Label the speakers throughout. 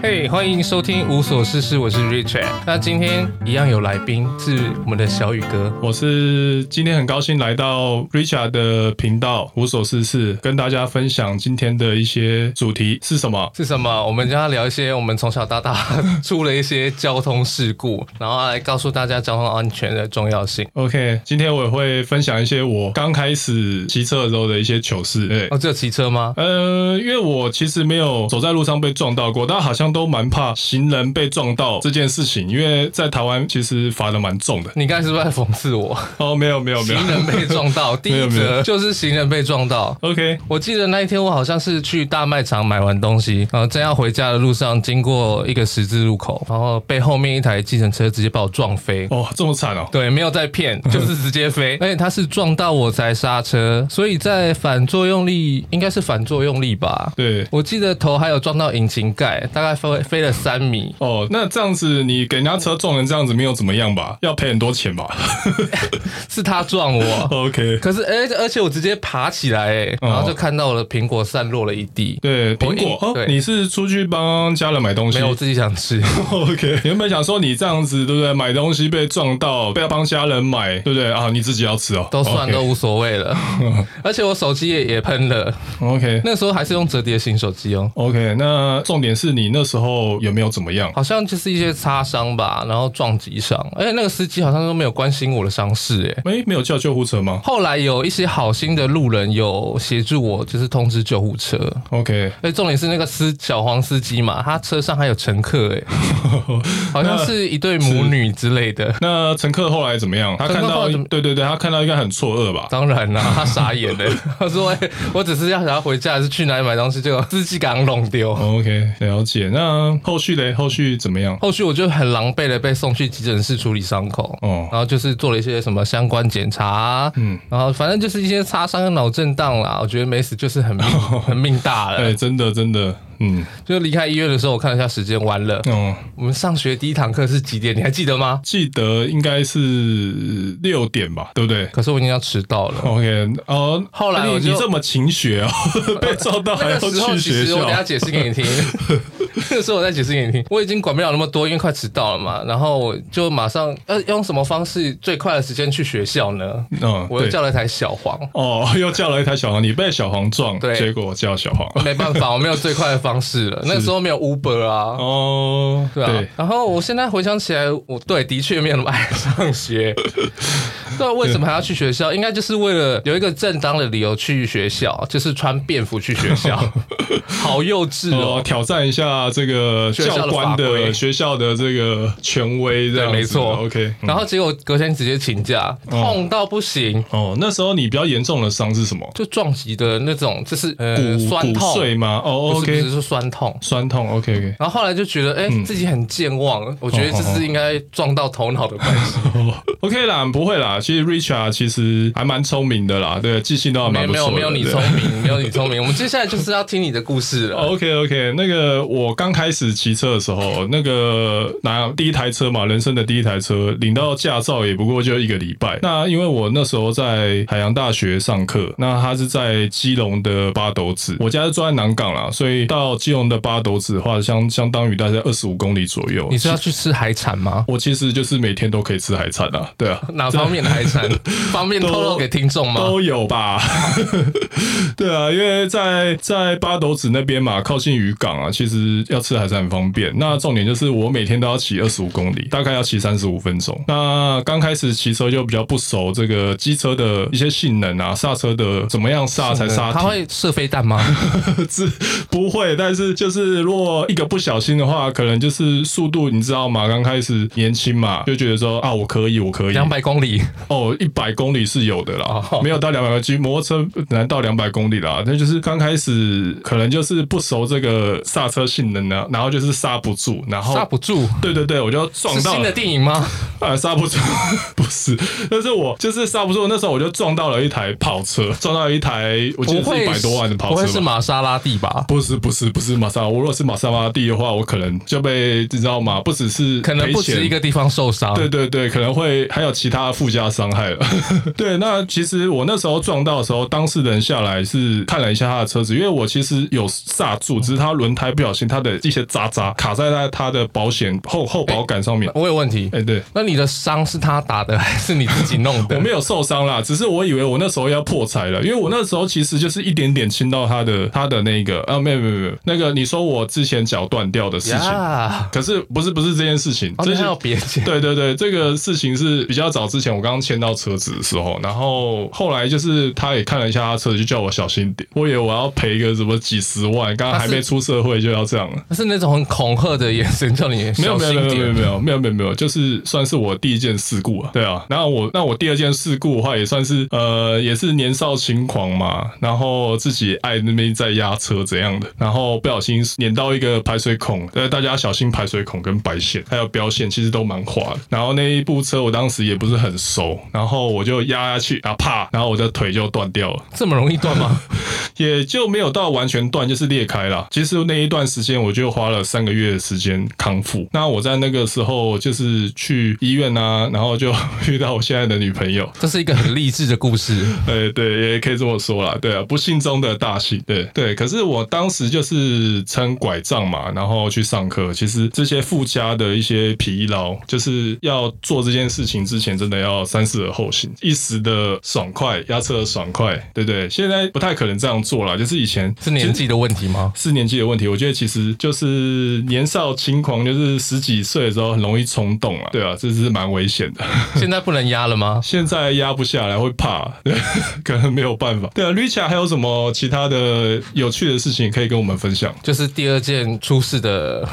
Speaker 1: 嘿，欢迎收听无所事事，我是 Richard。那今天一样有来宾，是我们的小宇哥。
Speaker 2: 我是今天很高兴来到 Richard 的频道无所事事，跟大家分享今天的一些主题是什么。
Speaker 1: 是什么？我们就要聊一些我们从小到大出了一些交通事故， 然后来告诉大家交通安全的重要性。
Speaker 2: OK，今天我也会分享一些我刚开始骑车的时候的一些糗事。对，
Speaker 1: 哦，只有骑车吗？
Speaker 2: 呃，因为我其实没有走在路上被撞到过，大家好像都蛮怕行人被撞到这件事情，因为在台湾其实罚的蛮重的。
Speaker 1: 你刚才是不是在讽刺我？
Speaker 2: 哦，没有没有没有
Speaker 1: 行人被撞到，第
Speaker 2: 没
Speaker 1: 一
Speaker 2: 有没
Speaker 1: 则
Speaker 2: 有
Speaker 1: 就是行人被撞到。
Speaker 2: ，OK，
Speaker 1: 我记得那一天，我好像是去大卖场买完东西，然后正要回家的路上，经过一个十字路口，然后被后面一台计程车直接把我撞飞。
Speaker 2: 哦，这么惨哦。
Speaker 1: 对，没有在骗，就是直接 飞，而且哎他是撞到我才刹车，所以在反作用力应该是反作用力吧。
Speaker 2: 对，
Speaker 1: 我记得头还有撞到引擎盖，大概飞飞了三米。
Speaker 2: 哦，那这样子你给人家车撞成这样子没有怎么样吧？要赔很多钱吧
Speaker 1: 是他撞 我，
Speaker 2: ？OK，
Speaker 1: 可是而且而且我直接爬起来、欸，然后就看到我的苹果散落了一地。
Speaker 2: 对，苹果
Speaker 1: 我一
Speaker 2: 哦
Speaker 1: 对，
Speaker 2: 你是出去帮家人买东西
Speaker 1: 没有，我自己想吃。
Speaker 2: ？OK，原 本想说你这样子对不对？买东西被撞到，被帮家人买，对不对啊？你自己要吃哦，
Speaker 1: 都算
Speaker 2: OK
Speaker 1: 都无所谓 了，而且我手机也也喷了，
Speaker 2: OK。
Speaker 1: 那时候还是用折叠型手机哦，
Speaker 2: OK，那重点是你那时候有没有怎么样？
Speaker 1: 好像就是一些擦伤吧，然后撞击伤，而且那个司机好像都没有关心我的伤势，诶。
Speaker 2: 哎、没有叫救护车吗
Speaker 1: 后来有一些好心的路人有协助我，就是通知救护车。
Speaker 2: ？OK，
Speaker 1: 而且重点是那个司小黄司机嘛，他车上还有乘客，诶，好像是一对母女之类的。
Speaker 2: 那乘客后来怎么样？他
Speaker 1: 乘客
Speaker 2: 看
Speaker 1: 后
Speaker 2: 到
Speaker 1: 来怎么，
Speaker 2: 对对对，他看到应该很错愕吧？
Speaker 1: 当然啦、他傻眼了。他说：“哎、我只是要想要回家，还是去哪里买东西？”结果司机刚弄丢。
Speaker 2: OK，了解。那后续嘞？后续怎么样？
Speaker 1: 后续我就很狼狈的被送去急诊室处理伤口，
Speaker 2: 哦
Speaker 1: 然后就是做了一些什么相关检查、嗯，然后反正就是一些擦伤跟脑震荡啦，我觉得没死就是很命很命大
Speaker 2: 哎、
Speaker 1: 了。
Speaker 2: 真的真的，嗯，
Speaker 1: 就离开医院的时候，我看了一下时间，完了，
Speaker 2: 哦，
Speaker 1: 我们上学第一堂课是几点？你还记得吗？
Speaker 2: 记得应该是六点吧，对不对
Speaker 1: 可是我已经要迟到 了。
Speaker 2: ？OK，哦，
Speaker 1: 后来
Speaker 2: 你
Speaker 1: 我就
Speaker 2: 你这么勤学哦， 被撞到还
Speaker 1: 那
Speaker 2: 要
Speaker 1: 个时候
Speaker 2: 去
Speaker 1: 其
Speaker 2: 学
Speaker 1: 实我等一下
Speaker 2: 校，
Speaker 1: 解释给你听， 那个时候我再解释给你听，我已经管不了那么多，因为快迟到了嘛，然后我就马上要用什么方式最快的时间去学校呢？
Speaker 2: 嗯，
Speaker 1: 我又
Speaker 2: 对
Speaker 1: 叫了一台小黄，
Speaker 2: 哦，又叫了一台小黄，你被小黄撞，
Speaker 1: 对
Speaker 2: 结果我叫小黄，
Speaker 1: 没办法，我没有最快的方式 了。那时候没有 Uber 啊，
Speaker 2: 哦，
Speaker 1: 对啊
Speaker 2: 对。
Speaker 1: 然后我现在回想起来，我对的确没有那么爱上 学。那为什么还要去学校？应该就是为了有一个正当的理由去学校，就是穿便服去学 校，好幼稚
Speaker 2: 哦
Speaker 1: 哦，。
Speaker 2: 挑战一下这个
Speaker 1: 学校的
Speaker 2: 教官
Speaker 1: 法规
Speaker 2: 的学校的这个权威，这样
Speaker 1: 对，
Speaker 2: 子
Speaker 1: 没错。
Speaker 2: OK，嗯
Speaker 1: 然后结果隔天直接请假，痛到不行，
Speaker 2: 哦，那时候你比较严重的伤是什么？
Speaker 1: 就撞击的那种，就是呃
Speaker 2: 骨
Speaker 1: 酸
Speaker 2: 骨
Speaker 1: 痛，
Speaker 2: 碎吗？哦
Speaker 1: 不是不是
Speaker 2: ，OK，嗯
Speaker 1: 是酸痛。
Speaker 2: 酸痛，OK OK。
Speaker 1: 然后后来就觉得，哎、自己很健忘，我觉得这是应该撞到头脑的关系。
Speaker 2: 哦 OK 啦，不会啦。其实 Richard 其实还蛮聪明的啦，对，记性都还
Speaker 1: 没有
Speaker 2: 蛮不
Speaker 1: 没
Speaker 2: 错
Speaker 1: 有
Speaker 2: 的。
Speaker 1: 没有你聪明，没有你聪明。我们接下来就是要听你的故 事了。
Speaker 2: OK OK，那哦个我刚开始骑车的时候，那个拿第一台车嘛，人生的第一台车，领到驾照也不过就一个礼拜。那因为我那时候在海洋大学上课，那他是在基隆的八斗子，我家是住在南港啦，所以到基隆的八斗子的话，相相当于大概二十五公里左右。
Speaker 1: 你是要去吃海产吗？
Speaker 2: 我其实就是每天都可以吃海产啊，对啊，
Speaker 1: 哪方面的海 产？方便透露给听众吗？
Speaker 2: 都有吧？ 对啊，因为在在八斗子那边嘛，靠近渔港啊，其实要吃海产很方便。那重点就是我每天都要骑二十五公里，大概要骑三十五分钟。那刚开始骑车就比较不熟这个机车的一些性能啊，刹车的怎么样刹才刹
Speaker 1: 嗯他
Speaker 2: 停
Speaker 1: 会射飞弹 吗？
Speaker 2: 是不会，但是就是如果一个不小心的话，可能就是速度，你知道吗？刚开始年轻嘛，就觉得说啊，我可以，我可以，
Speaker 1: 两百公里，
Speaker 2: 哦，一百公里是有的啦，没有到两百公里，摩托车难到两百公里啦。那就是刚开始可能就是不熟这个刹车性能呢，然后就是刹不住，然后
Speaker 1: 刹不住。
Speaker 2: 对对对，我就撞
Speaker 1: 是
Speaker 2: 到
Speaker 1: 新的
Speaker 2: 了，
Speaker 1: 电影 吗？
Speaker 2: 啊，刹不住，不是，但是我就是刹不住，那时候我就撞到了一台跑车，撞到一台我记
Speaker 1: 不
Speaker 2: 得是
Speaker 1: 会
Speaker 2: 一百多万的跑
Speaker 1: 不会
Speaker 2: 车
Speaker 1: 是
Speaker 2: 吧。
Speaker 1: 玛莎拉蒂吧？
Speaker 2: 不是不是不是玛莎拉，我如果是玛莎拉蒂的话，我可能就被你知道吗？不只是
Speaker 1: 可能
Speaker 2: 赔
Speaker 1: 不
Speaker 2: 钱
Speaker 1: 止一个地方受伤。
Speaker 2: 对对对，可能会还有其他附加大伤害了。 对，那其实我那时候撞到的时候，当事人下来是看了一下他的车子，因为我其实有刹住，只是他轮胎不小心，他的一些渣渣卡在他他的保险后后保杆上面。
Speaker 1: 我有问题，
Speaker 2: 哎、对。
Speaker 1: 那你的伤是他打的还是你自己弄的？
Speaker 2: 我没有受伤啦，只是我以为我那时候要破财了，因为我那时候其实就是一点点亲到他的他的那个啊，没有没有没有，那个你说我之前脚断掉的事情
Speaker 1: 呀，
Speaker 2: 可是不是不是这件事情，
Speaker 1: 哦，
Speaker 2: 这
Speaker 1: 那
Speaker 2: 是
Speaker 1: 还有别件，
Speaker 2: 对对对，这个事情是比较早之前，我刚刚签到车子的时候，然后后来就是他也看了一下他车子，就叫我小心点。我以为我要赔个什么几十万，刚刚还没出社会就要这样了。
Speaker 1: 那是那种很恐吓的眼神叫你
Speaker 2: 没
Speaker 1: 小
Speaker 2: 有没有
Speaker 1: 心
Speaker 2: 没有没
Speaker 1: 点。
Speaker 2: 有没有没有没有没有，就是算是我第一件事故啊，对啊。然后我那我第二件事故的话，也算是呃也是年少轻狂嘛，然后自己爱那边在压车怎样的，然后不小心碾到一个排水孔，呃大家小心排水孔跟白线还有标线其实都蛮滑的。然后那一部车我当时也不是很熟，然后我就压下去啊啪，然后我的腿就断掉了。
Speaker 1: 这么容易断 吗？
Speaker 2: 也就没有到完全断，就是裂开了。其实那一段时间，我就花了三个月的时间康复。那我在那个时候就是去医院啊，然后就 遇到我现在的女朋友。
Speaker 1: 这是一个很励志的故事。
Speaker 2: 呃，对，也可以这么说啦，对啊，不幸中的大幸，对对。可是我当时就是撑拐杖嘛，然后去上课。其实这些附加的一些疲劳，就是要做这件事情之前，真的要三思而后行。一时的爽快，压车的爽快，对不对？现在不太可能这样做啦，就是以前
Speaker 1: 是年纪的问题 吗？
Speaker 2: 是年纪的问题，我觉得其实就是年少轻狂，就是十几岁的时候很容易冲动啊，对啊，这是蛮危险的。
Speaker 1: 现在不能压了吗？
Speaker 2: 现在压不下来会怕， 对，可能没有办法。对啊，Richard 还有什么其他的有趣的事情可以跟我们分享
Speaker 1: 就是第二件出事的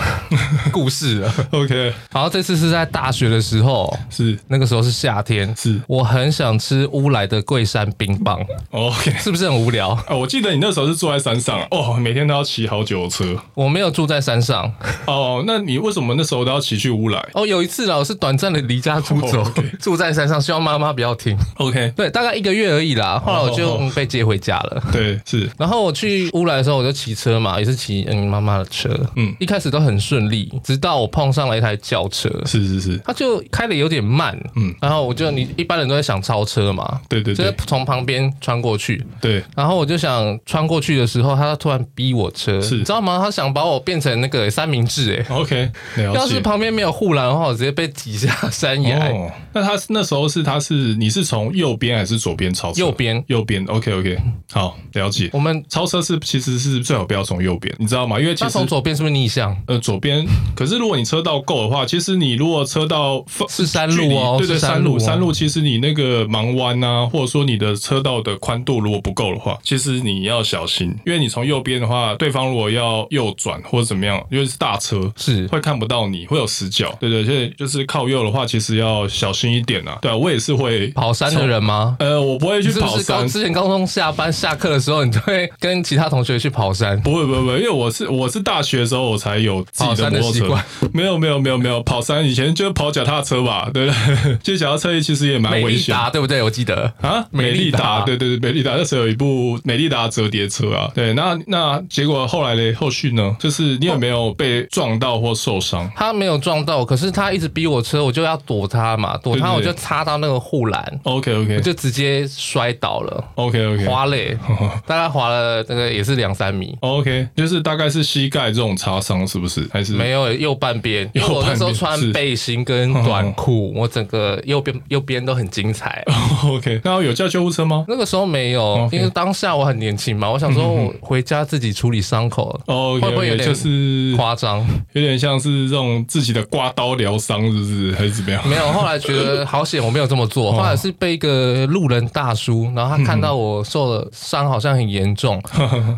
Speaker 1: 故事了。
Speaker 2: ？OK，
Speaker 1: 然后这次是在大学的时候，
Speaker 2: 是
Speaker 1: 那个时候是夏天，
Speaker 2: 是
Speaker 1: 我很想吃乌来的桂山冰棒，
Speaker 2: OK。
Speaker 1: 是不是很无聊？
Speaker 2: 啊，我记得你那时候是住在山上啊哦，每天都要骑好久的车
Speaker 1: 我没有住在山上。
Speaker 2: 哦。那你为什么那时候都要骑去乌来
Speaker 1: 哦，有一次啦，我是短暂的离家出走
Speaker 2: Oh, okay.
Speaker 1: 住在山上，希望妈妈不要听。
Speaker 2: ？OK，
Speaker 1: 对，大概一个月而已啦。后来我就、
Speaker 2: Oh, oh, oh.
Speaker 1: 嗯被接回家了。
Speaker 2: 对，是
Speaker 1: 然后我去乌来的时候，我就骑车嘛，也是骑嗯妈妈的车，嗯，一开始都很顺利，直到我碰上了一台轿车，
Speaker 2: 是是是，
Speaker 1: 它就开的有点慢，嗯，然后我就你一般人都在想超车嘛，
Speaker 2: 对对
Speaker 1: 就是
Speaker 2: 对
Speaker 1: 从旁边穿过去，
Speaker 2: 对，
Speaker 1: 然后我就想穿过去的时候，他突然逼我车，
Speaker 2: 是
Speaker 1: 你知道吗？他想把我变成那个三明治、欸，
Speaker 2: OK，了
Speaker 1: 要
Speaker 2: 解
Speaker 1: 是。旁边没有护栏的话，我直接被挤下山崖。
Speaker 2: 哦，那他是那时候是他是你是从右边还是左边超车？
Speaker 1: 右边
Speaker 2: 右边。OK OK，好，了解。
Speaker 1: 我们
Speaker 2: 超车是其实是最好不要从右边，你知道吗？因为其
Speaker 1: 他
Speaker 2: 实
Speaker 1: 从左边是不是逆向？
Speaker 2: 呃左边，可是如果你车道够的话，其实你如果车道呃
Speaker 1: 是山路哦
Speaker 2: 距离对对，
Speaker 1: 是山
Speaker 2: 山
Speaker 1: 路哦
Speaker 2: 山路其实你那个盲弯啊，或者说你的车道的宽度如果不够的话，其实你要小心，因为你从右边的话，对方如果要右转或者怎么样，因为是大车，
Speaker 1: 是
Speaker 2: 会看不到你，会有死角。对对，所以就是靠右的话，其实要小心一点啊。对啊，我也是会
Speaker 1: 跑山的人吗？
Speaker 2: 呃，我不会去
Speaker 1: 你是不
Speaker 2: 跑
Speaker 1: 是高
Speaker 2: 山。
Speaker 1: 之前高中下班下课的时候，你就会跟其他同学去跑山？
Speaker 2: 不会不会不会，因为我是我是大学的时候我才有自
Speaker 1: 跑
Speaker 2: 己的摩托
Speaker 1: 山的习惯
Speaker 2: 车，没有没有没有没有跑山，以前就是跑脚踏车吧，对不 对？就脚踏车其实也蛮
Speaker 1: 美
Speaker 2: 危
Speaker 1: 利
Speaker 2: 险
Speaker 1: 达对不对？我记得
Speaker 2: 啊，美利达，对对对，美利达那时候有一部美利达折叠车啊，对，那那结果后来嘞，后续呢，就是你有没有被撞到或受伤？
Speaker 1: 他没有撞到，可是他一直逼我车，我就要躲他嘛，躲他
Speaker 2: 对
Speaker 1: 我
Speaker 2: 对
Speaker 1: 就擦到那个护栏，
Speaker 2: OK OK
Speaker 1: 我就直接摔倒 了，
Speaker 2: OK OK
Speaker 1: 滑 嘞，大概滑了那个也是两三米，
Speaker 2: 哦 OK，就是大概是膝盖这种擦伤是不是？还是
Speaker 1: 没有右半边，因为我
Speaker 2: 右半边
Speaker 1: 那时候穿
Speaker 2: 是
Speaker 1: 背心跟短裤，我整个右边 右边都很精彩。
Speaker 2: OK，那有叫救护车吗
Speaker 1: 那个时候没有，
Speaker 2: 哦 OK 嗯
Speaker 1: 因为当下我很年轻嘛，我想说我回家自己处理伤口，
Speaker 2: ？OK，
Speaker 1: 会不会有点
Speaker 2: 哦就是
Speaker 1: 夸张。
Speaker 2: 有点像是这种自己的刮刀疗伤，是不是？还是怎 么样？
Speaker 1: 没有，后来觉得好险，我没有这么
Speaker 2: 哦
Speaker 1: 做。后来是被一个路人大叔，然后他看到我受了伤，好像很严重，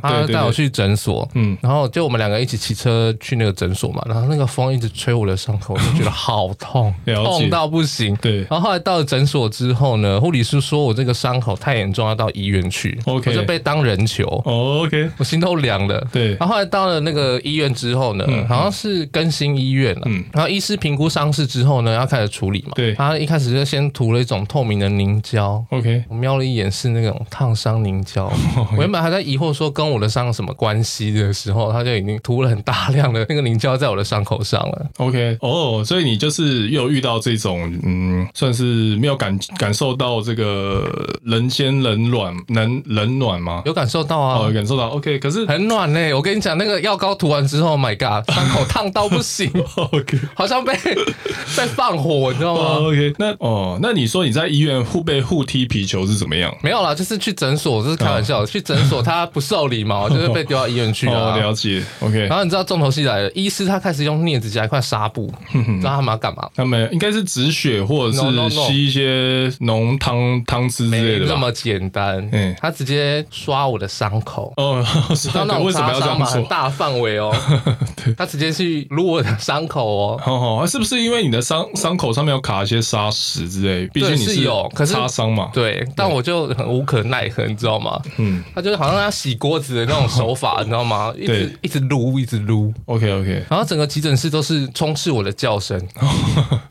Speaker 1: 他
Speaker 2: 对对
Speaker 1: 带我去诊所。嗯，然后就我们两个一起骑车去那个诊所嘛，然后那个风一直吹我的伤口，我就觉得好痛，
Speaker 2: 了解
Speaker 1: 痛到不行。
Speaker 2: 对
Speaker 1: 然后后来到了诊所之后呢，护理师说我这个伤口太严重，要到医院去。
Speaker 2: OK
Speaker 1: 我就被当人球。
Speaker 2: 哦 OK，
Speaker 1: 我心都凉了。
Speaker 2: 对嗯
Speaker 1: 然后后来到了那个医院之后呢，好像是更新医院了。嗯，然后医师评估伤势之后呢，要开始处理嘛。
Speaker 2: 对
Speaker 1: 他一开始就先涂了一种透明的凝胶。
Speaker 2: OK，
Speaker 1: 我瞄了一眼是那种烫伤凝 胶，我原本还在疑惑说跟我的伤有什么关系的时候，他就已经涂了很大量的那个 凝胶在我的伤口上了。
Speaker 2: OK，哦、所以你就是又遇到这种嗯，算是没有感感受到这个人间冷暖，冷冷暖吗？
Speaker 1: 有感受到啊，
Speaker 2: 哦，感受到 OK，可是
Speaker 1: 很暖呢、我跟你讲，那个药膏涂完之后，My God，伤口烫到不 行，
Speaker 2: OK。
Speaker 1: 好像被 被放火，你知道
Speaker 2: 哦
Speaker 1: 吗？
Speaker 2: OK，那哦，那你说你在医院互被互踢皮球是怎么样？
Speaker 1: 没有啦，就是去诊所，这是开玩笑的。去诊所他不受理 嘛，就是被丢到医院去了、
Speaker 2: 哦，
Speaker 1: 啊。
Speaker 2: 了解，OK，
Speaker 1: 然后你知道重头戏来了，医师他开始用镊子夹一块纱布，
Speaker 2: 嗯
Speaker 1: 知道他们要干嘛？
Speaker 2: 他们应该是止血或者
Speaker 1: No, no, no
Speaker 2: 是吸一些浓汤汤汁之类
Speaker 1: 没
Speaker 2: 的
Speaker 1: 那
Speaker 2: 吧？
Speaker 1: 么简单
Speaker 2: 嗯，
Speaker 1: 他直接刷我的伤 口，
Speaker 2: 哦，
Speaker 1: 知道那种
Speaker 2: 为什么
Speaker 1: 擦
Speaker 2: 要这
Speaker 1: 伤
Speaker 2: 样
Speaker 1: 嘛，很
Speaker 2: 做？
Speaker 1: 大范围哦， 他直接去撸我的伤口哦。
Speaker 2: 哦，是不是因为你的伤伤口上面有卡一些砂石之类？毕竟你
Speaker 1: 是有可是
Speaker 2: 擦伤嘛。
Speaker 1: 对，但我就很无可奈何，你知道吗？嗯，他就是好像他洗锅子的那种手法，你知道吗？一直
Speaker 2: 对
Speaker 1: 一直撸，一直撸，
Speaker 2: OK OK，
Speaker 1: 然后整个急诊室都是充斥我的叫 声。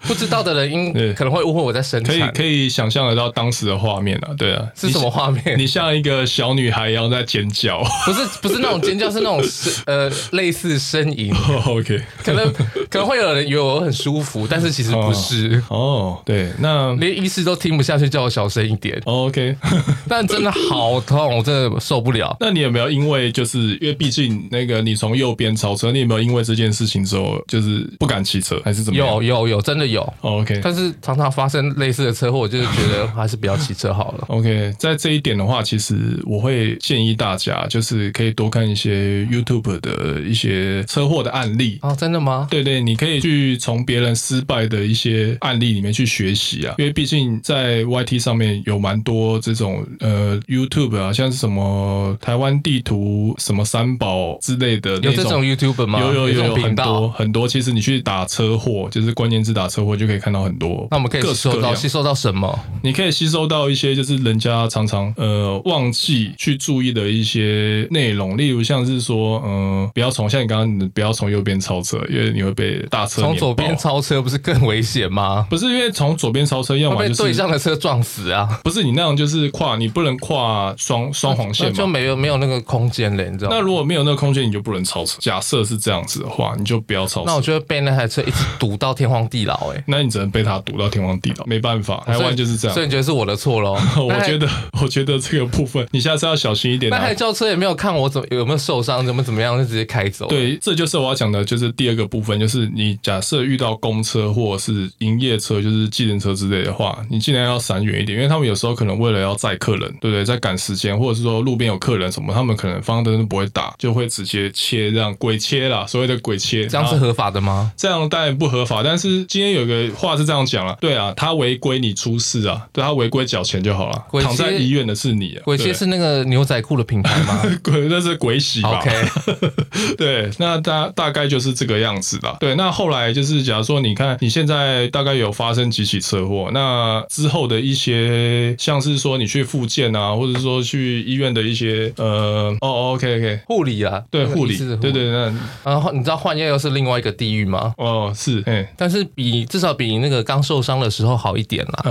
Speaker 1: 不知道的人应
Speaker 2: 对
Speaker 1: 可能会误会我在生
Speaker 2: 可以
Speaker 1: 产，
Speaker 2: 可以想象得到当时的画面啊，对啊，
Speaker 1: 是什么画面？
Speaker 2: 你？你像一个小女孩一样在尖叫。
Speaker 1: 不是不是那种尖叫，是那种呻呃类似呻吟，
Speaker 2: OK，
Speaker 1: 可能可能会有人以为我很舒 服，但是其实不是。
Speaker 2: 哦，对，那哦
Speaker 1: 连医师都听不下去，叫我小声一点，
Speaker 2: OK，
Speaker 1: 但真的好痛，我真的受不了。
Speaker 2: 那你有没有因为就是因为毕竟那个你从右边超车，你有没有因为这件事情之后就是不敢骑车，还是怎么样？
Speaker 1: 有有有，真的有，
Speaker 2: 哦，OK。
Speaker 1: 但是常常发生类似的车祸，我就是觉得还是不要骑车好了。
Speaker 2: OK，在这一点的话，其实我会建议大家，就是可以多看一些 YouTube 的一些车祸的案例。
Speaker 1: 哦，真的吗？
Speaker 2: 对对，你可以去从别人失败的一些案例里面去学习啊，因为毕竟在 YT 上面有蛮多这种呃 YouTube 啊，像是什么台湾地图、什么三宝之类的
Speaker 1: 有
Speaker 2: 那
Speaker 1: 这种 YouTube 吗？
Speaker 2: 有有
Speaker 1: 这
Speaker 2: 有
Speaker 1: 种
Speaker 2: 有
Speaker 1: 频
Speaker 2: 很
Speaker 1: 道
Speaker 2: 多。很多，其实你去打车祸，就是关键字打车祸就可以看到很多。
Speaker 1: 那我们可以吸
Speaker 2: 各式
Speaker 1: 收
Speaker 2: 各
Speaker 1: 到
Speaker 2: 样，
Speaker 1: 吸收到什么？
Speaker 2: 你可以吸收到一些就是人家常常呃忘记去注意的一些内容，例如像是说，嗯、不要从像你刚刚你不要从右边超车，因为你会被大车
Speaker 1: 从
Speaker 2: 碾
Speaker 1: 左
Speaker 2: 爆
Speaker 1: 边超车不是更危险吗？
Speaker 2: 不是因为从左边超车，要
Speaker 1: 会
Speaker 2: 么
Speaker 1: 被
Speaker 2: 就
Speaker 1: 对
Speaker 2: 是
Speaker 1: 向的车撞死啊！
Speaker 2: 不是你那样就是跨，你不能跨双双黄
Speaker 1: 那
Speaker 2: 线
Speaker 1: 啊就
Speaker 2: 嘛。
Speaker 1: 没有没有那个空间了，你知道
Speaker 2: 那
Speaker 1: 吗？
Speaker 2: 如果没有那个空间，你就不能超车。假设是这样子的话，你就不要超车。
Speaker 1: 那我就会被那台车一直堵到天荒地老，哎，
Speaker 2: 那你只能被他堵到天荒地老，没办法，台
Speaker 1: 所
Speaker 2: 湾
Speaker 1: 以
Speaker 2: 就是这样？
Speaker 1: 所以。你觉得是我的错喽
Speaker 2: 我觉得，我觉得这个部分你下次要小心一点、
Speaker 1: 那台那
Speaker 2: 啊
Speaker 1: 台。轿车也没有看我怎么有没有受伤，怎么怎么样，就直接开走。，
Speaker 2: 对，这就是我要讲的，就是第二个部分，就是你假设遇到公车或者是营业车，就是计程车之类的话，你尽量要闪远一点，因为他们有时候可能为了要载客人，对不对，在赶时间，或者是说路边有客人什么，他们可能方向灯都不会打，就会直接切这样鬼切啦，所谓的鬼切，
Speaker 1: 这样是
Speaker 2: 然后
Speaker 1: 合法的吗？
Speaker 2: 这样当然不合法，但是今天有个话是这样讲了，对啊，他违规你出事啊，对他违规缴钱就好了
Speaker 1: 鬼，切
Speaker 2: 躺在医院的是你、啊，
Speaker 1: 鬼切
Speaker 2: 对
Speaker 1: 是那个牛仔裤的品牌 吗
Speaker 2: 鬼，那是鬼洗吧
Speaker 1: ？OK，
Speaker 2: 对，那大大概就是这个样子啦。对，那后来就是，假如说你看你现在大概有发生几起车祸，那之后的一些，像是说你去复健啊，或者说去医院的一些，呃，哦，OK OK，
Speaker 1: 护理啊，
Speaker 2: 对，护理，
Speaker 1: 医师的
Speaker 2: 对对，对那
Speaker 1: 然后你知道换药又是另外一个地狱吗？
Speaker 2: 哦是，哎、
Speaker 1: 但是比至少比那个刚受伤的时候好一点啦。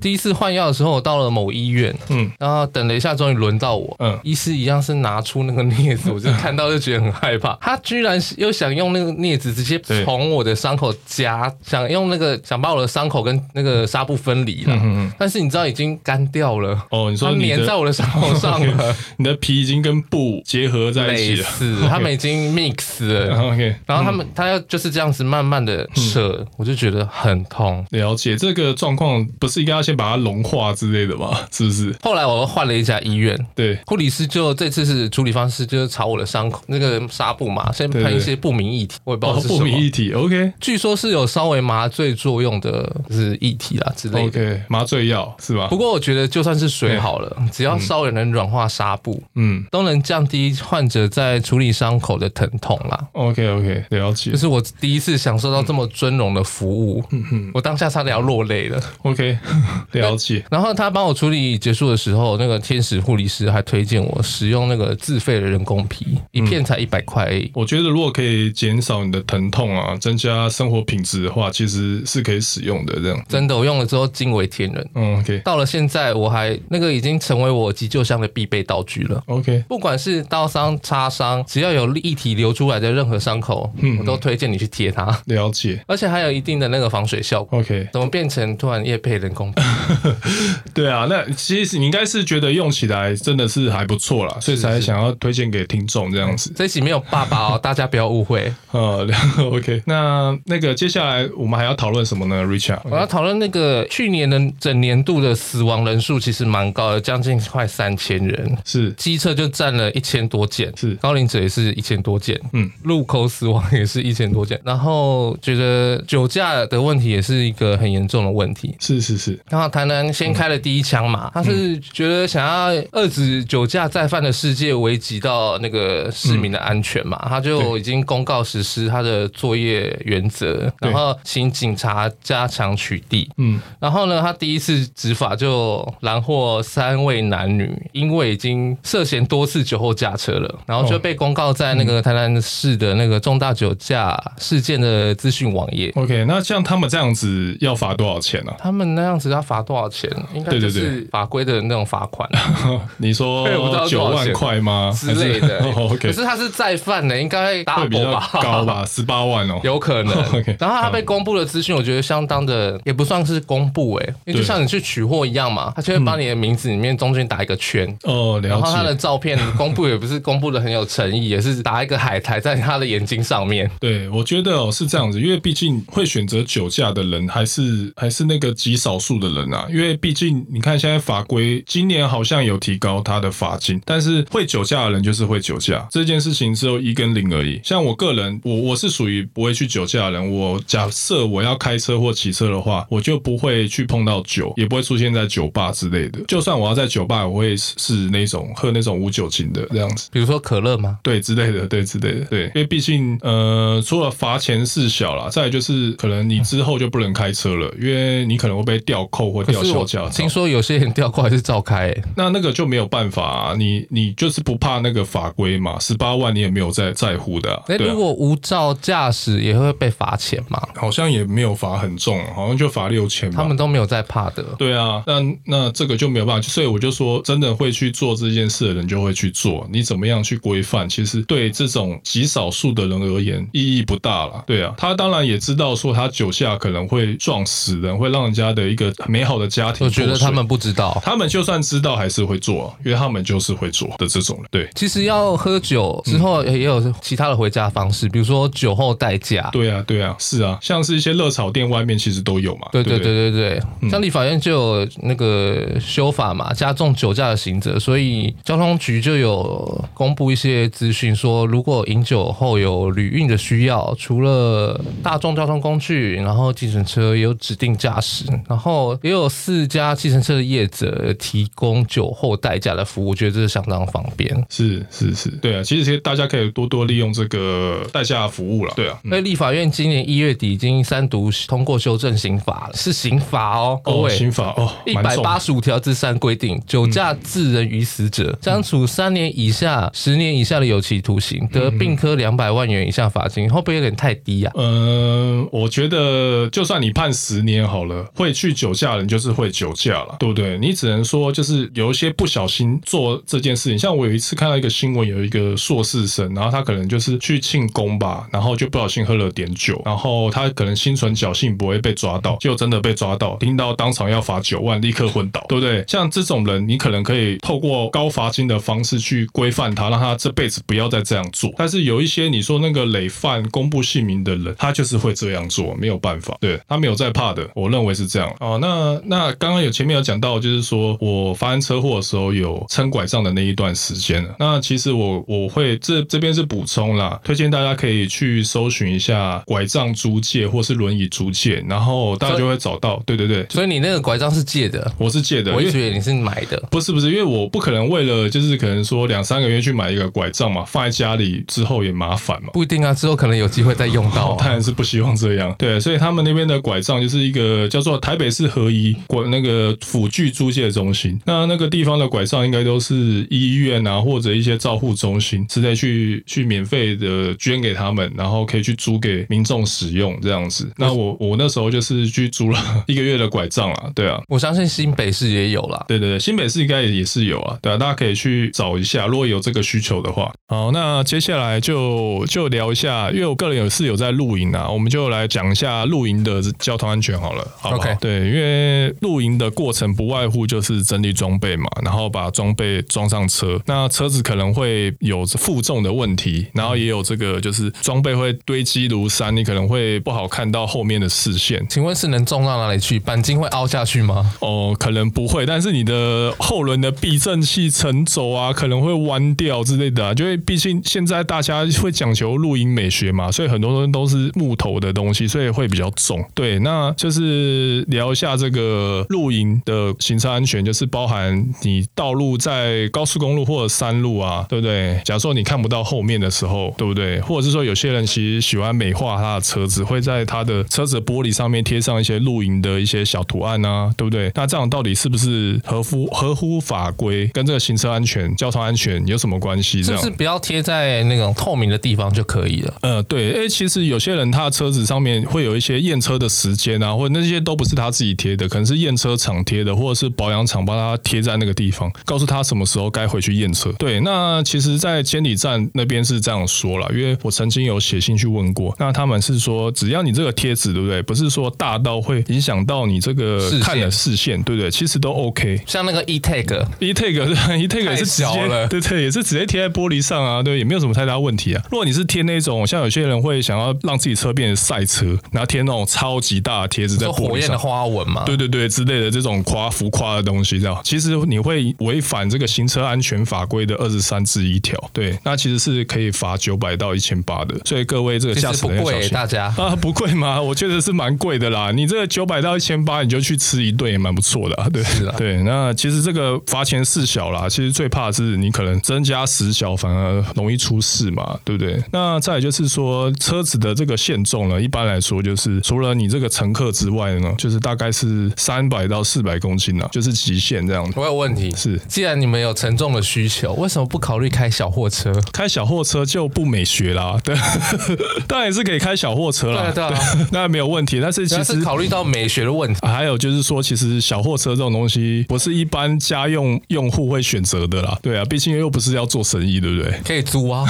Speaker 1: 第一次换药的时候，我到了某医院，嗯
Speaker 2: 嗯，
Speaker 1: 然后等了一下，终于轮到我，嗯
Speaker 2: 嗯，
Speaker 1: 医师一样是拿出那个镊子，我就看到就觉得很害 怕。他居然是又想用那个镊子直接
Speaker 2: 对
Speaker 1: 从我的伤口夹，想用那个想把我的伤口跟那个纱布分离
Speaker 2: 嗯
Speaker 1: 了，但是你知道已经干掉了。
Speaker 2: 哦，你
Speaker 1: 它
Speaker 2: 说你
Speaker 1: 粘在
Speaker 2: 的
Speaker 1: 我的伤口上 了，
Speaker 2: 你的皮已经跟布结合在一
Speaker 1: 累
Speaker 2: 起 了
Speaker 1: 死，他们已经 mix 了，
Speaker 2: ，OK。
Speaker 1: 然后他们、他要就是这样子慢慢的
Speaker 2: 嗯
Speaker 1: 扯，我就觉得很痛。
Speaker 2: 了解这个状况，不是应该要先把它融化之类的吗？是不是？
Speaker 1: 后来我又换了一家医院，
Speaker 2: 对，
Speaker 1: 护理师就这次是处理方式就是朝我的伤口那个纱布嘛，先
Speaker 2: 对
Speaker 1: 喷
Speaker 2: 对
Speaker 1: 一些不明液体，我也不知
Speaker 2: 哦
Speaker 1: 道，是
Speaker 2: 不
Speaker 1: 什
Speaker 2: 明
Speaker 1: 么。
Speaker 2: 一体，OK，OK，、
Speaker 1: 据说是有稍微麻醉作用的，就是液体啦之
Speaker 2: 哦
Speaker 1: 类的。
Speaker 2: 麻醉药是吧
Speaker 1: 不？过我觉得就算是水好了，只要稍微能软化纱布，
Speaker 2: 嗯，
Speaker 1: 都能降低患者在处理伤口的疼痛啦。
Speaker 2: OK OK，了解
Speaker 1: 就。是我第一次享受到这么尊荣的服务，
Speaker 2: 嗯
Speaker 1: 我当下差点要落泪了。
Speaker 2: OK，了 解。
Speaker 1: 然后他帮我处理结束的时候，那个天使护理师还推荐我使用那个自费的人工皮，一片才一百块而已。
Speaker 2: 我觉得如果可以减少你的疼痛啊，增加生活品质的话，其实是可以使用的。这样，
Speaker 1: 真的，我用了之后惊为天人。
Speaker 2: 嗯，OK
Speaker 1: 到了现在，我还那个已经成为我急救箱的必备道具了。
Speaker 2: OK，
Speaker 1: 不管是刀伤、擦伤，只要有液体流出来的任何伤口，我都推荐你去贴它。
Speaker 2: 了解。
Speaker 1: 而且还有一定的那个防水效果。
Speaker 2: OK，
Speaker 1: 怎么变成突然夜配人工？
Speaker 2: 对啊，那其实你应该是觉得用起来真的是还不错啦，所以才想要推荐给听众这样 子。
Speaker 1: 这一集没有爸爸哦，大家不要误会。
Speaker 2: 呃 ，OK，那那个接下来我们还要讨论什么呢，Richard？
Speaker 1: 我要讨论那个去年的整年度的死亡人数其实蛮高的，将近快三千人，
Speaker 2: 是
Speaker 1: 机车就占了一千多件，
Speaker 2: 是
Speaker 1: 高龄者也是一千多件，
Speaker 2: 嗯，
Speaker 1: 路口死亡也是一千多件。然后觉得酒驾的问题也是一个很严重的问题。
Speaker 2: 是是是，
Speaker 1: 然后台南先开了第一枪
Speaker 2: 嗯
Speaker 1: 嘛，他是觉得想要遏制酒驾再犯的世界危及到那个市民的安全
Speaker 2: 嗯
Speaker 1: 嘛，他就已经公告实施他的作业原则，
Speaker 2: 对
Speaker 1: 然后请警察加强取缔。
Speaker 2: 嗯，
Speaker 1: 然后呢，他第一次执法就拦获三位男女，因为已经涉嫌多次酒后驾车了，然后
Speaker 2: 哦
Speaker 1: 就被公告在那
Speaker 2: 嗯
Speaker 1: 个台南市的那个重大酒驾事件的资讯网页。
Speaker 2: OK，那像他们这样子要罚多少钱啊呢、
Speaker 1: 他们那样子要罚多少钱？应该
Speaker 2: 对
Speaker 1: 就
Speaker 2: 对
Speaker 1: 是法规的那种罚 款
Speaker 2: 啊？你说
Speaker 1: 对我不知道
Speaker 2: 九
Speaker 1: 多少
Speaker 2: 万
Speaker 1: 钱
Speaker 2: 块吗？
Speaker 1: 之类的
Speaker 2: 还。是 哦
Speaker 1: 可
Speaker 2: ，OK，
Speaker 1: 是他是再犯的，应该
Speaker 2: 会比
Speaker 1: double
Speaker 2: 较
Speaker 1: 吧？
Speaker 2: 高吧，十八万哦。
Speaker 1: 有可能
Speaker 2: OK，。
Speaker 1: 然后他被公布的资讯，我觉得相当的也不算是公布诶、因为就
Speaker 2: 对
Speaker 1: 像你去取货一样嘛，他就会把你的名字里面中间打一个圈。
Speaker 2: 哦，
Speaker 1: 然
Speaker 2: 了
Speaker 1: 后他的
Speaker 2: 解。
Speaker 1: 照片公布也不是公布的很有诚意，也 是打一个海苔在他的眼睛上面。
Speaker 2: 对，我觉得哦是这样子，因为毕竟会选择酒驾的人还是还是那个极少数的人啊，因为毕竟你看现在法规今年好像有提高他的罚金，但是会酒驾的人就是会酒驾，这件事情只有一跟零而已。像我个人，我我是属于不会去酒驾的人，我假设我要开车或骑车的话，我就不会去碰到酒，也不会出现在酒吧之类的。就算我要在酒吧，我会是是那种喝那种无酒精的这样子。
Speaker 1: 比如说可乐吗？
Speaker 2: 对之类的，对之类的，对，因为毕竟呃，除了罚钱事小啦，再来就是可能你之后就不能开车了，因为你可能会被吊扣或
Speaker 1: 可
Speaker 2: 吊
Speaker 1: 是
Speaker 2: 销
Speaker 1: 我
Speaker 2: 驾照
Speaker 1: 听。说有些人掉过来是照开、欸，
Speaker 2: 那那个就没有办法、啊，你你就是不怕那个法规嘛，十八万你也没有在在乎的、啊，
Speaker 1: 哎、
Speaker 2: 对、
Speaker 1: 如
Speaker 2: 啊。
Speaker 1: 果无照驾驶也会被罚钱嘛？
Speaker 2: 好像也没有罚很重，好像就罚六千吧。
Speaker 1: 他们都没有在怕的。
Speaker 2: 对啊，那那这个就没有办法，所以我就说，真的会去做这件事的人就会去做，你怎么样去规范，其实对这种极少数的人而言意义不大啦。对啊，他当然也知道说他酒驾可能会撞死人，会让人家的一个美好的家庭
Speaker 1: 我
Speaker 2: 破碎。
Speaker 1: 觉得他们不知道，
Speaker 2: 他们就算知道还是会做啊，因为他们就是会做的这种人。对
Speaker 1: 其实要喝酒之后也有其他的回家方式，比如说酒后代驾。
Speaker 2: 对啊，对啊，是啊，像是一些热炒店外面其实都有嘛。
Speaker 1: 对对
Speaker 2: 对不
Speaker 1: 对
Speaker 2: 对
Speaker 1: 对对，像立法院就有那个修法嘛，加重酒驾的刑责，所以交通局就有公布一些资讯，说如果饮酒后有旅运的需要，除了大众交通工具，然后计程车也有指定驾驶，然后也有四家计程车的业者提供酒后代驾的服务，我觉得这是相当方便。
Speaker 2: 是是是，对啊，其实其实大家可以多多利用这个代驾服务啦。对啊，
Speaker 1: 所以立法院今年一月底已经三读通过修正刑法了，是刑法哦，各
Speaker 2: 哦，
Speaker 1: 位。
Speaker 2: 刑法哦，
Speaker 1: 一
Speaker 2: 蛮
Speaker 1: 百
Speaker 2: 重的
Speaker 1: 八十五条之三规定，酒驾致人于死者，将处三年以下十年以下的有期徒刑，得并科两百万元以下罚金，会不会有点太低呀、啊？
Speaker 2: 嗯，我觉得就算你判十年好了，会去酒驾的人就是会酒驾了，对不对？你只能说就是有一些不小心做这件事情。像我有一次看到一个新闻，有一个硕士生，然后他可能就是去庆功吧，然后就不小心喝了点酒，然后他可能心存侥幸不会被抓到，结果真的被抓到，听到当场要罚九万，立刻昏倒，对不对？像这种人，你可能可以透过高罚金的方式去规范他，让他这辈子不要再这样做。但是有一些你说那个累犯公布姓名的人，他就是会这样做，没有办法，对他没有在怕的，我认为是这样。哦，那那刚刚有前面有讲到，就是说我发生车祸的时候有撑拐杖的那一段时间了。那其实我我会这这边是补充啦，推荐大家可以去搜寻一下拐杖租借或是轮椅租借，然后大家就会找到。对对对，
Speaker 1: 所以你那个拐杖是借的，
Speaker 2: 我是借的，
Speaker 1: 我
Speaker 2: 因
Speaker 1: 一
Speaker 2: 为
Speaker 1: 直以为你是买的。
Speaker 2: 不是不是，因为我不可能为了就是可能说两三个月去买一个拐杖嘛，放在家里之后也麻烦嘛。
Speaker 1: 不一定啊，之后可能有机会再用到、
Speaker 2: 哦， 当
Speaker 1: 啊。
Speaker 2: 然是不希望这样。对，所以他们那边的拐杖就是一个叫做台北市合一管那个辅具租借中心。那那个地方的拐杖应该都是医院啊或者一些照护中心之类去去免费的捐给他们，然后可以去租给民众使用这样子。那我我那时候就是去租了一个月的拐杖啦，对啊，
Speaker 1: 我相信新北市也有啦。
Speaker 2: 对对对，新北市应该也是有啊，对啊，大家可以去找一下，如果有这个需求的话。好，那接下来就就聊一下，因为我个人有是有在露营啊，我们就来讲一下露营的交通安全好了，好不好
Speaker 1: OK
Speaker 2: 对，因为露营的过程不外乎就是整理装备嘛，然后把装备装上车。那车子可能会有负重的问题，然后也有这个就是装备会堆积如山，你可能会不好看到后面的视线。
Speaker 1: 请问是能重到哪里去？钣金会凹下去吗？
Speaker 2: 哦，可能不会，但是你的后轮的避震器沉轴啊，可能会弯掉之类的啊。就会毕竟现在大家会讲求露营美学嘛，所以很多东西都是木头的东西，所以会比较重。对，那就是聊一下这个露营的行车安全，就是包含你道路在高速公路或者山路啊，对不对？假如说你看不到后面的时候，对不对？或者是说有些人其实喜欢美化他的车子，会在他的车子的玻璃上面贴上一些露营的一些小图案啊，对不对？那这样到底是不是合乎合乎法规，跟这个行车安全、交通安全有什么关系？这
Speaker 1: 是
Speaker 2: 样
Speaker 1: 不是不要贴在那种透明的地方就可以了？
Speaker 2: 呃，对，诶，其实有些人他的车子上面会有一些验车的时间啊，或者那些都不是他自己贴的，可能是验车厂贴的，或者是保养厂帮他贴在那个地方，告诉他什么时候该回去验车。对，那其实，在监理站那边是这样说了，因为我曾经有写信去问过，那他们是说，只要你这个贴纸，对不对？不是说大到会影响到你这个
Speaker 1: 视
Speaker 2: 看的
Speaker 1: 线
Speaker 2: 视线，对不对？其实都 OK。
Speaker 1: 像那个 e tag，
Speaker 2: 一 take
Speaker 1: ，E
Speaker 2: 一 take 也是直
Speaker 1: 太小
Speaker 2: 接
Speaker 1: 了
Speaker 2: 对对，也是直接贴在玻璃上啊，对，也没有什么太大问题啊。如果你是贴那种像有些人会想要让自己车变成赛车，然后贴那种超级大的贴纸在
Speaker 1: 做火
Speaker 2: 玻璃
Speaker 1: 焰的
Speaker 2: 上。
Speaker 1: 花纹嘛？
Speaker 2: 对对对，之类的这种夸浮夸的东西，这样其实你会违反这个行车安全法规的二十三至一条，对，那其实是可以罚九百到一千八的，所以各位这个
Speaker 1: 其
Speaker 2: 驾
Speaker 1: 实
Speaker 2: 驶
Speaker 1: 不
Speaker 2: 人要小
Speaker 1: 贵，
Speaker 2: 心。
Speaker 1: 大家。
Speaker 2: 啊，不贵吗？ 我觉得是蛮贵的啦。你这个九百到一千八，你就去吃一顿也蛮不错的、啊。对，
Speaker 1: 是啊
Speaker 2: 对。那其实这个罚钱事小啦，其实最怕的是你可能增加时小，反而容易出事嘛，对不对？那再来就是说，车子的这个限重呢，一般来说就是除了你这个乘客之外呢，就是大概是三百到四百公斤啦，啊就是极限这样子。
Speaker 1: 我有问题，
Speaker 2: 是
Speaker 1: 既然你们有沉重的需求，为什么不考虑开小货车？
Speaker 2: 开小货车就不美学啦，对， 当然也是可以开小货车
Speaker 1: 对啊
Speaker 2: 啦，
Speaker 1: 对啊，
Speaker 2: 那没有问题。但是
Speaker 1: 主
Speaker 2: 其
Speaker 1: 要
Speaker 2: 实
Speaker 1: 啊是考虑到美学的问题。
Speaker 2: 啊还有就是说，其实小货车这种东西不是一般家用用户会选择的啦。对啊，毕竟又不是要做生意，对不 对？
Speaker 1: 可以租啊，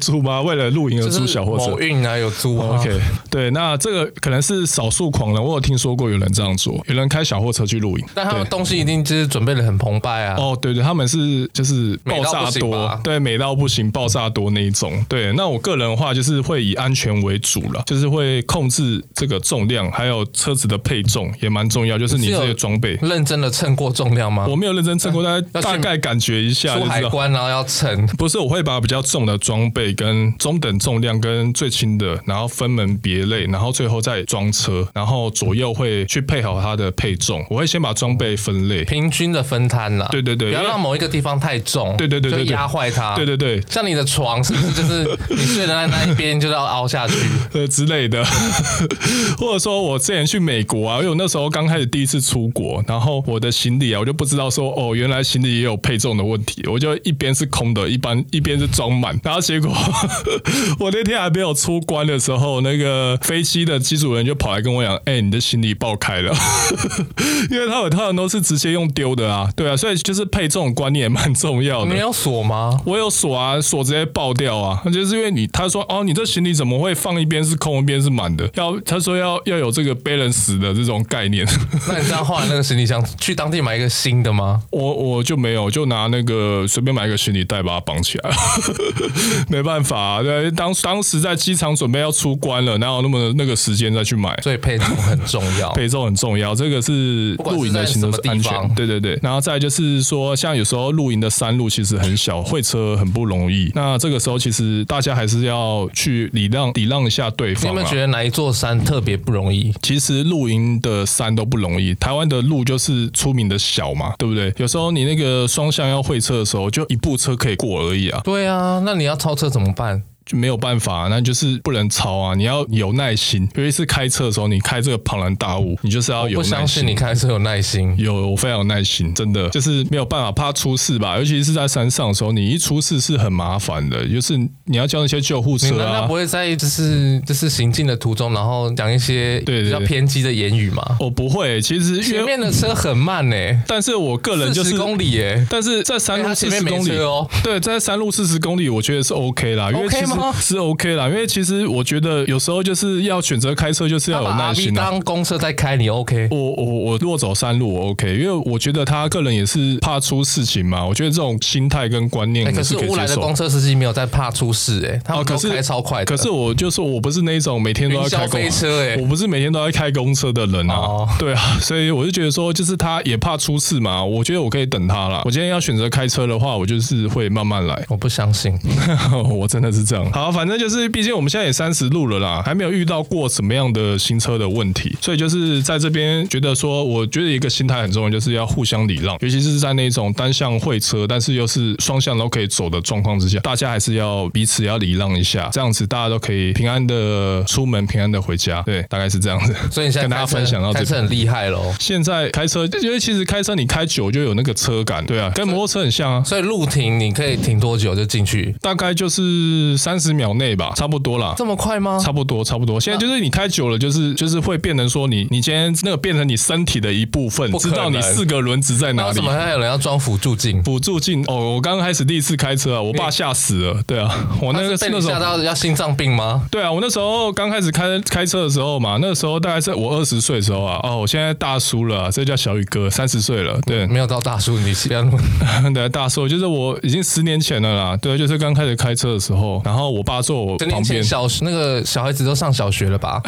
Speaker 2: 租吗？为了露营而
Speaker 1: 就
Speaker 2: 租
Speaker 1: 是
Speaker 2: 小货车
Speaker 1: 某？运啊有租啊。
Speaker 2: OK，对，那这个可能是少数狂人，我有听说过有人这样做，有人开小货车去露营。
Speaker 1: 但他们
Speaker 2: 对
Speaker 1: 东西一定就是准备的很澎湃啊。
Speaker 2: 哦，对对，他们是就是
Speaker 1: 美
Speaker 2: 爆
Speaker 1: 到
Speaker 2: 炸
Speaker 1: 不行
Speaker 2: 多
Speaker 1: 吧，
Speaker 2: 对，美到不行，爆炸多那一种。对，那我个人的话就是会以安全为主了，就是会控制这个重量，还有车子的配重也蛮重要，就是你
Speaker 1: 是有
Speaker 2: 这些装备。
Speaker 1: 认真的称过重量吗
Speaker 2: 我？没有认真称过，大概
Speaker 1: 嗯要去
Speaker 2: 大概感觉一下
Speaker 1: 出
Speaker 2: 哦啊就
Speaker 1: 海
Speaker 2: 知道。
Speaker 1: 关然后要称，
Speaker 2: 不是，我会把比较重的装备跟中等重量跟最轻的，然后分门别类，然后最后再装车，然后左右会去配好它的配重。我会先把装备分类。
Speaker 1: 平均的分摊啦。
Speaker 2: 对对对
Speaker 1: 嗯不要
Speaker 2: 因为
Speaker 1: 让某一个地方太重，
Speaker 2: 对对对对对
Speaker 1: 就压坏它。
Speaker 2: 对对对，
Speaker 1: 像你的床是不是就是你睡的那那一边就是要凹下 去？
Speaker 2: 呃之类的， 或者说我之前去美国啊，因为我那时候刚开始第一次出国，然后我的行李啊，我就不知道说哦，原来行李也有配重的问题，我就一边是空的，一般一边是装满，然后结果 我那天还没有出关的时候，那个飞机的机组人就跑来跟我讲，哎、你的行李爆开了， 因为他有他们都是直接用丢的啊，对啊，所以就是配重观念也蛮重要的。
Speaker 1: 没有锁吗？
Speaker 2: 我有锁啊，锁直接爆掉啊！就是因为你他说哦，你这行李怎么会放一边是空一边是满的？要他说要要有这个 balance 的这种概念，
Speaker 1: 那你这样后来那个行李箱去当地买一个新的吗？
Speaker 2: 我我就没有，就拿那个随便买一个行李袋把它绑起来， 没办法、啊，对，当当时在机场准备要出关了，哪有那么那个时间再去买？
Speaker 1: 所以配重很重要。
Speaker 2: 配重很重要，这个是
Speaker 1: 哦管
Speaker 2: 露营
Speaker 1: 是
Speaker 2: 的
Speaker 1: 在
Speaker 2: 行车
Speaker 1: 什么地
Speaker 2: 安全。
Speaker 1: 方
Speaker 2: 对对对，然后再来就是说，像有时候露营的山路其实很小，会车很不容易。那这个时候其实大家还是要去礼让礼让一下对
Speaker 1: 你有
Speaker 2: 方
Speaker 1: 没
Speaker 2: 啊
Speaker 1: 有。觉得哪一座山特别不容易？
Speaker 2: 其实露营的山都不容易，台湾的路就是出名的小嘛，对不对？有时候你那个双向要会车的时候，就一部车可以过而已啊，
Speaker 1: 对啊，那你要超车怎么办？
Speaker 2: 就没有办法、那就是不能超啊，你要有耐心。尤其是开车的时候，你开这个庞然大物，你就是要哦有
Speaker 1: 不
Speaker 2: 耐心。啊
Speaker 1: 相信你开车有耐心。
Speaker 2: 有，我非常有耐心，真的就是没有办法，怕出事吧。尤其是在山上的时候，你一出事是很麻烦的，就是你要叫那些救护
Speaker 1: 你
Speaker 2: 车
Speaker 1: 难道
Speaker 2: 啊
Speaker 1: 不。会在就是就是行进的途中，然后讲一些
Speaker 2: 对对
Speaker 1: 比较
Speaker 2: 对
Speaker 1: 偏激的言语 吗？
Speaker 2: 我不会，其实
Speaker 1: 前
Speaker 2: 因为，
Speaker 1: 面的车很慢呢、欸，
Speaker 2: 但是我个人
Speaker 1: 四
Speaker 2: 就
Speaker 1: 十
Speaker 2: 是，
Speaker 1: 公里耶、欸，
Speaker 2: 但是在山
Speaker 1: 哎
Speaker 2: 路
Speaker 1: 它
Speaker 2: 四
Speaker 1: 前
Speaker 2: 十
Speaker 1: 面没
Speaker 2: 公里
Speaker 1: 车哦
Speaker 2: 对，在山路四十公里，我觉得是 OK 啦，因为
Speaker 1: OK
Speaker 2: 其
Speaker 1: 吗
Speaker 2: 实是 OK 啦，因为其实我觉得有时候就是要选择开车，就是要有
Speaker 1: 把
Speaker 2: 耐
Speaker 1: R V
Speaker 2: 心啊。嗯
Speaker 1: 当公车在开，你 OK？
Speaker 2: 我我我若走山路，我 OK，因为我觉得他个人也是怕出事情嘛。我觉得这种心态跟观念
Speaker 1: 哎、
Speaker 2: 我
Speaker 1: 可是
Speaker 2: 可以
Speaker 1: 乌来
Speaker 2: 接
Speaker 1: 的
Speaker 2: 受。
Speaker 1: 公车司机没有在怕出事、哎，他
Speaker 2: 哦，
Speaker 1: 们
Speaker 2: 可
Speaker 1: 都
Speaker 2: 是
Speaker 1: 开超快的，
Speaker 2: 可是我就说我不是那种每天都要
Speaker 1: 云
Speaker 2: 开
Speaker 1: 霄
Speaker 2: 公
Speaker 1: 飞车、哎
Speaker 2: 我。不是每天都在开公车的人啊，
Speaker 1: 哦
Speaker 2: 对啊，所以我就觉得说，就是他也怕出事嘛，我觉得我可以等他啦。我今天要选择开车的话，我就是会慢慢来，
Speaker 1: 我不相信，
Speaker 2: 我真的是这样。好，反正就是，毕竟我们现在也三十路了啦，还没有遇到过什么样的新车的问题，所以就是在这边觉得说，我觉得一个心态很重要，就是要互相礼让，尤其是在那种单向会车，但是又是双向都可以走的状况之下，大家还是要彼此要礼让一下，这样子大家都可以平安的出门，平安的回家。对，大概是这样子。
Speaker 1: 所以你现在
Speaker 2: 跟大家
Speaker 1: 开车
Speaker 2: 分享到这
Speaker 1: 开车
Speaker 2: 边。
Speaker 1: 很厉害喽。
Speaker 2: 现在开车，因为其实开车你开久就有那个车感，对啊，跟摩托车很像啊。
Speaker 1: 所以路停你可以停多久就进去？
Speaker 2: 大概就是三十秒内吧，差不多啦。
Speaker 1: 这么快吗？
Speaker 2: 差不多，差不多。
Speaker 1: 啊
Speaker 2: 现在就是你开久了，就是就是会变成说你你今天那个变成你身体的一部分，
Speaker 1: 不可
Speaker 2: 知
Speaker 1: 能
Speaker 2: 道你四个轮子在
Speaker 1: 那
Speaker 2: 哪
Speaker 1: 为
Speaker 2: 里
Speaker 1: 什。么还有人要装辅助镜？
Speaker 2: 辅助镜哦，我刚开始第一次开车啊，我爸吓死了。对啊， 我那
Speaker 1: 嗯他
Speaker 2: 个
Speaker 1: 是被
Speaker 2: 那
Speaker 1: 你
Speaker 2: 时候
Speaker 1: 吓到要心脏病吗？
Speaker 2: 对啊，我那时候刚开始开开车的时候嘛，那个时候大概是我二十岁的时候啊，哦，我现在大叔了啊、这叫小宇哥，三十岁了，对，
Speaker 1: 没有到大叔， 你这样问
Speaker 2: 对，大叔，就是我已经十年前了啦，对，就是刚开始开车的时候，然后我爸坐我
Speaker 1: 十
Speaker 2: 旁
Speaker 1: 年前
Speaker 2: 边，啊
Speaker 1: 小那个小孩子都上小学了 吧？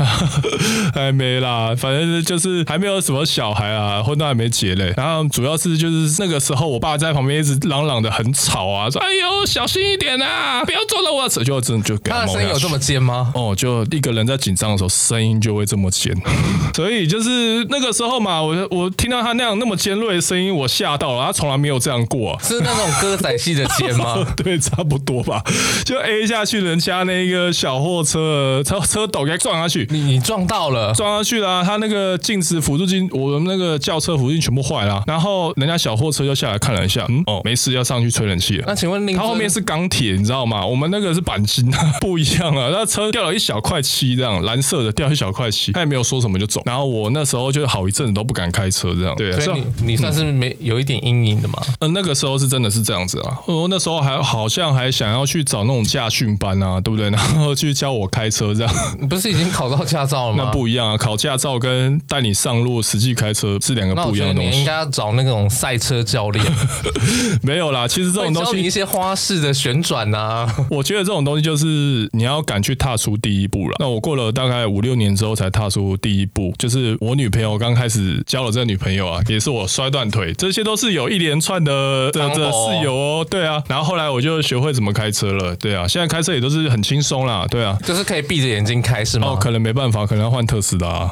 Speaker 2: 还没啦，反正就是还没有什么小孩啊，婚都还没结嘞。然后主要是就是那个时候，我爸在旁边一直嚷嚷的很吵啊，说：“哎呦，小心一点啊，不要撞到我的车。”就真的就给
Speaker 1: 他
Speaker 2: 他
Speaker 1: 的
Speaker 2: 猫
Speaker 1: 声音
Speaker 2: 下
Speaker 1: 有
Speaker 2: 去
Speaker 1: 这么尖吗？
Speaker 2: 哦，就一个人在紧张的时候，声音就会这么尖， 所以就是那个时候嘛，我我听到他那样那么尖锐的声音，我吓到了，他从来没有这样过、啊。
Speaker 1: 是那种歌仔戏的尖吗？
Speaker 2: 对，差不多吧，就 A 下去人家那个小货车车车斗给它撞下去，
Speaker 1: 你你撞到了，
Speaker 2: 撞上去啦、他那个镜子辅助镜，我们那个轿车辅助镜全部坏了、然后人家小货车就下来看了一下，嗯，哦，没事，要上去吹冷气了。
Speaker 1: 那请问令
Speaker 2: 他
Speaker 1: 尊
Speaker 2: 后面是钢铁，你知道吗？我们那个是钣金，不一样啊。 那车掉了一小块漆，这样蓝色的掉一小块漆，他也没有说什么就走。然后我那时候就好一阵子都不敢开车，这样对啊。
Speaker 1: 所以
Speaker 2: 像
Speaker 1: 你你算是没有一点阴影的嘛？
Speaker 2: 呃，那个时候是真的是这样子啊。我那时候还好像还想要去找那种驾训班啊，对不对？然后去教我开车这样。
Speaker 1: 你不是已经考到驾照了
Speaker 2: 那
Speaker 1: 吗？
Speaker 2: 不一样啊，考驾照跟带你上路实际开车是两个
Speaker 1: 那我
Speaker 2: 不一
Speaker 1: 觉
Speaker 2: 样
Speaker 1: 得
Speaker 2: 的东
Speaker 1: 你应
Speaker 2: 西。
Speaker 1: 该要找那种赛车教练，
Speaker 2: 没有啦，其实这
Speaker 1: 会
Speaker 2: 种东
Speaker 1: 教你一
Speaker 2: 西，
Speaker 1: 些花式的旋转啊。
Speaker 2: 我觉得这种东西就是你要敢去踏出第一步了。那我过了大概五六年之后才踏出第一步，就是我女朋友刚开始交了这个女朋友啊，也是我摔断腿，这些都是有一连串的的
Speaker 1: 长
Speaker 2: 的
Speaker 1: 跑哦
Speaker 2: 事由哦。对啊，然后后来我就学会怎么开车了。对啊，现在开车也都是很轻松啦。对啊。
Speaker 1: 就是可以闭着眼睛开是吗？
Speaker 2: 哦，可能没办法，可能要换特斯拉、啊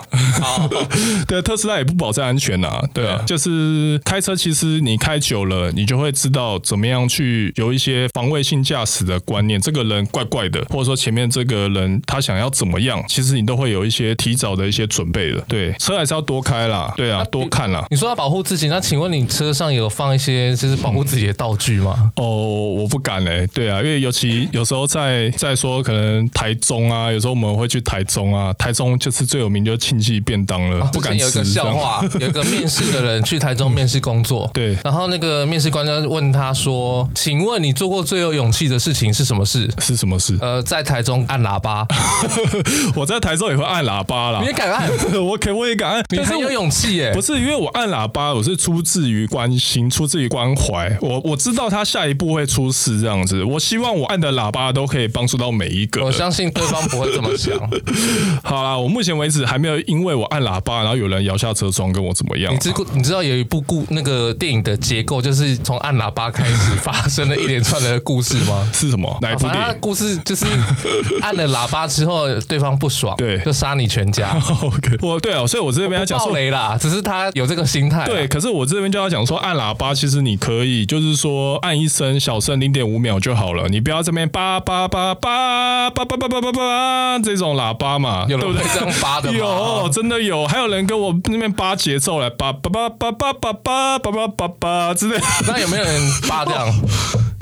Speaker 2: 对，特斯拉也不保证安全呐、对啊，就是开车，其实你开久了，你就会知道怎么样去有一些防卫性驾驶的观念。这个人怪怪的，或者说前面这个人他想要怎么样，其实你都会有一些提早的一些准备的。对，车还是要多开啦，对啊，多看啦。
Speaker 1: 你说要保护自己，那请问你车上有放一些就是保护自己的道具吗？
Speaker 2: 哦，我不敢嘞、对啊，因为尤其有时候在在说可能台中啊，有时候我们会去台中啊，台中就是最有名就是庆记便当了，不敢
Speaker 1: 啊之前有一
Speaker 2: 吃
Speaker 1: 个
Speaker 2: 这样。
Speaker 1: 笑话， 有一个面试的人去台中面试工作，
Speaker 2: 对
Speaker 1: 然后那个面试官就问他说：“请问你做过最有勇气的事情是什么事
Speaker 2: 是什么事？”？
Speaker 1: 呃，在台中按喇叭，
Speaker 2: 我在台中也会按喇叭啦
Speaker 1: 你也。敢按？
Speaker 2: 我可我也敢按，
Speaker 1: 你
Speaker 2: 但是
Speaker 1: 很有
Speaker 2: 我
Speaker 1: 勇气耶、
Speaker 2: 不是因为我按喇叭，我是出自于关心，出自于关怀。我我知道他下一步会出事这样子，我希望我按的喇叭都可以帮助到每一个
Speaker 1: 我
Speaker 2: 人。
Speaker 1: 相信对方不会这么想。
Speaker 2: 好啦，我目前为止还没有因为我按喇叭，然后有人摇下车窗跟我怎么样
Speaker 1: 你。知故你知道有一部故那个电影的结构就是从按喇叭开始发生了一连串的故事吗？
Speaker 2: 是什么？哪一部
Speaker 1: 反正
Speaker 2: 电
Speaker 1: 他
Speaker 2: 影？
Speaker 1: 故事就是按了喇叭之后，对方不爽，
Speaker 2: 对
Speaker 1: 就杀你全家。
Speaker 2: 哦 OK，我对啊，所以我这边要讲
Speaker 1: 爆
Speaker 2: 说，
Speaker 1: 雷啦，只是他有这个心态啊。
Speaker 2: 对，可是我这边就要讲说，按喇叭其实你可以，就是说按一声小声零点五秒就好了，你不要这边叭叭叭叭叭叭叭叭叭叭这种喇叭嘛，
Speaker 1: 有
Speaker 2: 对
Speaker 1: 人
Speaker 2: 不
Speaker 1: 会
Speaker 2: 对？
Speaker 1: 这样发的吗？
Speaker 2: 有，真的有，还有人跟我那边扒节奏来，叭叭叭叭叭叭叭叭叭叭叭之类的。
Speaker 1: 那有没有人发这样？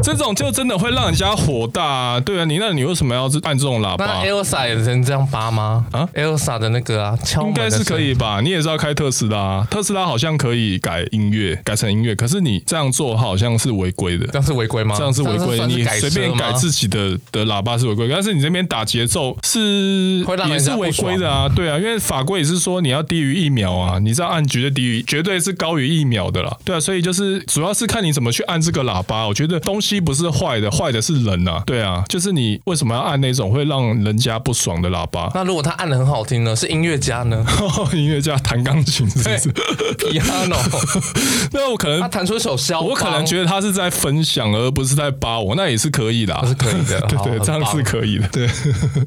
Speaker 2: 这种就真的会让人家火大、啊。对啊，你那你为什么要按这种喇叭
Speaker 1: 那？Elsa 也能这样扒吗？
Speaker 2: 啊
Speaker 1: 啊，Elsa 的那个啊，敲
Speaker 2: 应
Speaker 1: 门的
Speaker 2: 该是可以吧？你也是要开特斯拉、特斯拉好像可以改音乐，改成音乐，可是你这样做好像是违规的
Speaker 1: 声音，这。样是违规吗？
Speaker 2: 这样是违规，
Speaker 1: 算
Speaker 2: 你
Speaker 1: 改
Speaker 2: 随便
Speaker 1: 车吗
Speaker 2: 改自己的的喇叭是违规，但是你这边打节奏是
Speaker 1: 会让
Speaker 2: 也
Speaker 1: 人
Speaker 2: 是
Speaker 1: 家
Speaker 2: 违规的啊，对啊，因为法规也是说你要低于一秒啊，你这样按绝对低于，绝对是高于一秒的啦，对啊，所以就是主要是看你怎么去按这个喇叭，我觉得东西不是坏的，坏的是人啊，对啊，就是你为什么要按那种会让人家不爽的喇叭？
Speaker 1: 那如果他按的很好听呢？是音乐家呢
Speaker 2: 音乐家弹钢琴是不是？
Speaker 1: ？Piano，
Speaker 2: 那我可
Speaker 1: 他
Speaker 2: 能。
Speaker 1: 弹出一首肖邦，
Speaker 2: 我可能觉得他是在分享，而不是在扒我，那也是可以的啊、。
Speaker 1: 哦是可以的
Speaker 2: 对
Speaker 1: 好
Speaker 2: 对，这样是。
Speaker 1: 很棒
Speaker 2: 可以的。对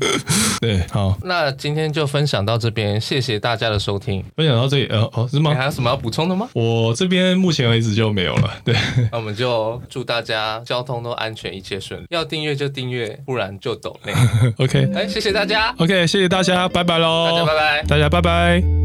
Speaker 2: 对，好，
Speaker 1: 那今天就分享到这边，谢谢大家的收听。
Speaker 2: 分享到这里，呃，哦，是
Speaker 1: 你
Speaker 2: 吗？
Speaker 1: 还有什么要补充 的吗？
Speaker 2: 我这边目前为止就没有了。对，
Speaker 1: 那我们就祝大家交通都安全，一切顺利。要订阅就订阅，不然就抖内。
Speaker 2: OK
Speaker 1: 哎，谢谢大家，
Speaker 2: OK，谢谢大家，拜拜喽，
Speaker 1: 大家拜拜。
Speaker 2: 大家拜拜